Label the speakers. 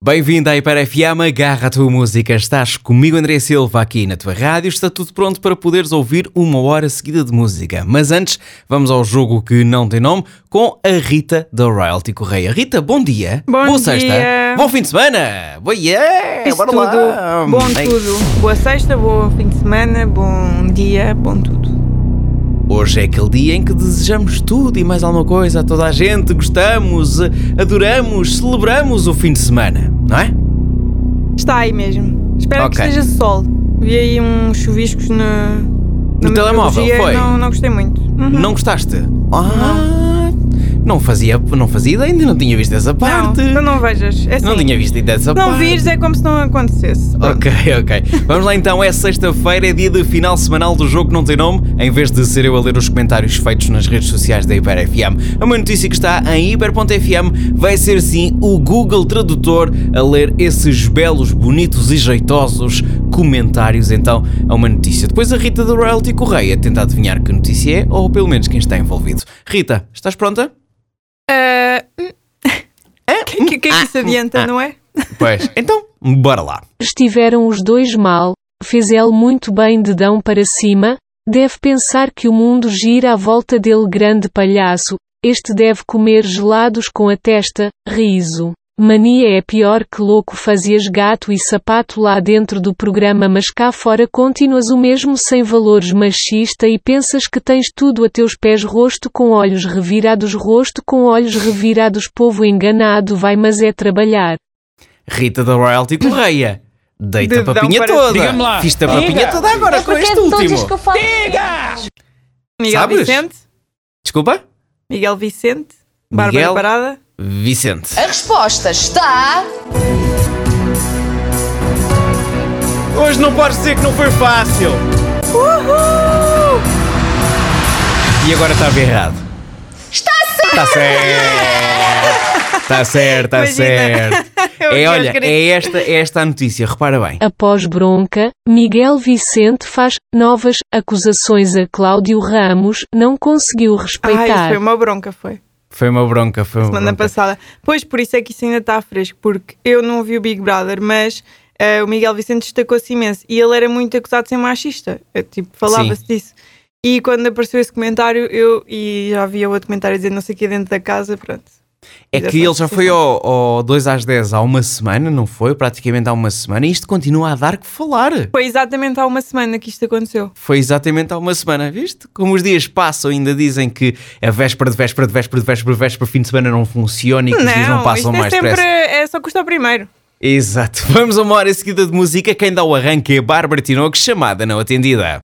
Speaker 1: Bem-vindo à Hiper-FM, agarra a tua música. Estás comigo, André Silva, aqui na tua rádio. Está tudo pronto para poderes ouvir uma hora seguida de música. Mas antes, vamos ao jogo que não tem nome com a Rita da Royalty Correia. Rita, bom dia.
Speaker 2: Bom
Speaker 1: Boa
Speaker 2: dia.
Speaker 1: sexta. Bom fim de semana. Boa yeah.
Speaker 2: Isso
Speaker 1: É, Bora
Speaker 2: tudo.
Speaker 1: lá. Hum.
Speaker 2: Bom
Speaker 1: Ei.
Speaker 2: tudo. Boa sexta, bom fim de semana, bom dia, bom tudo.
Speaker 1: Hoje é aquele dia em que desejamos tudo e mais alguma coisa a toda a gente, gostamos, adoramos, celebramos o fim de semana, não é?
Speaker 2: Está aí mesmo. Espero
Speaker 1: Ok.
Speaker 2: que esteja sol. Vi aí uns chuviscos na. na
Speaker 1: No telemóvel,
Speaker 2: meteorologia e
Speaker 1: foi?
Speaker 2: Não, não gostei muito. Uhum.
Speaker 1: Não gostaste? Ah, não fazia, não fazia ideia, ainda não tinha visto essa
Speaker 2: Não,
Speaker 1: parte.
Speaker 2: então não vejas. É assim,
Speaker 1: Não tinha visto ainda essa
Speaker 2: se não
Speaker 1: parte.
Speaker 2: vires é como se não acontecesse.
Speaker 1: Ok, ok. Vamos lá então, é sexta-feira, é dia de final semanal do jogo que não tem nome, em vez de ser eu a ler os comentários feitos nas redes sociais da Hiper FM. A uma notícia que está em hiper.fm vai ser sim o Google Tradutor a ler esses belos, bonitos e jeitosos comentários então a uma notícia. Depois a Rita da Royalty Correia tenta adivinhar que notícia é, ou pelo menos quem está envolvido. Rita, estás pronta?
Speaker 2: Ah, hum.
Speaker 1: Ah,
Speaker 2: que, que, que é que
Speaker 1: hum,
Speaker 2: isso adianta, não é?
Speaker 1: Pois. Então, bora lá.
Speaker 3: Estiveram os dois mal, fez ele muito bem de dão para cima, deve pensar que o mundo gira à volta dele grande palhaço, este deve comer gelados com a testa, riso. Mania é pior que louco fazias gato e sapato lá dentro do programa mas cá fora continuas o mesmo sem valores machista e pensas que tens tudo a teus pés rosto com olhos revirados rosto com olhos revirados povo enganado vai mas é trabalhar.
Speaker 1: Rita da Royalty Correia. Deita a
Speaker 2: Dedão
Speaker 1: papinha
Speaker 2: para-
Speaker 1: toda.
Speaker 4: Diga-me lá.
Speaker 1: Fiz-te a papinha
Speaker 4: Diga.
Speaker 1: toda agora com
Speaker 5: Porque
Speaker 1: este
Speaker 5: todos
Speaker 1: último.
Speaker 5: os que eu falo.
Speaker 2: Miguel
Speaker 1: Sabes?
Speaker 2: Vicente,
Speaker 1: Desculpa?
Speaker 2: Miguel Vicente, Bárbara
Speaker 1: Miguel-
Speaker 2: Parada.
Speaker 1: Vicente.
Speaker 5: A resposta está.
Speaker 1: Hoje não podes dizer que não foi fácil. Uhul! E agora estava errado. Está certo! Está certo! Está
Speaker 2: Imagina.
Speaker 1: certo!
Speaker 2: Eu-
Speaker 1: É,
Speaker 2: eu
Speaker 1: olha,
Speaker 2: queria-
Speaker 1: é esta, é esta a notícia, repara bem.
Speaker 3: Após bronca, Miguel Vicente faz novas acusações a Cláudio Ramos, não conseguiu
Speaker 2: Ah, isso
Speaker 3: respeitar.
Speaker 2: foi uma bronca, foi.
Speaker 1: Foi uma bronca, foi uma
Speaker 2: semana
Speaker 1: bronca.
Speaker 2: passada. Pois, por isso é que isso ainda está fresco, porque eu não vi o Big Brother, mas eh, o Miguel Vicente destacou-se imenso e ele era muito acusado de ser machista. Eh, tipo, falava-se disso. E quando apareceu esse comentário, eu e já havia outro comentário a dizer não sei o que dentro da casa, pronto.
Speaker 1: É que ele já foi ao, ao 2 às 10 há uma semana, não foi? Praticamente há uma semana, e isto continua a dar que falar.
Speaker 2: Foi exatamente há uma semana que isto aconteceu.
Speaker 1: Foi exatamente há uma semana, viste? Como os dias passam, ainda dizem que a véspera de véspera de véspera de véspera de véspera, fim de semana não funciona e que os dias não passam
Speaker 2: isto é
Speaker 1: mais
Speaker 2: sempre.
Speaker 1: depressa.
Speaker 2: É só custa o primeiro.
Speaker 1: Exato. Vamos a uma hora seguida de música. Quem dá o arranque é a Bárbara Tinoco, chamada não atendida.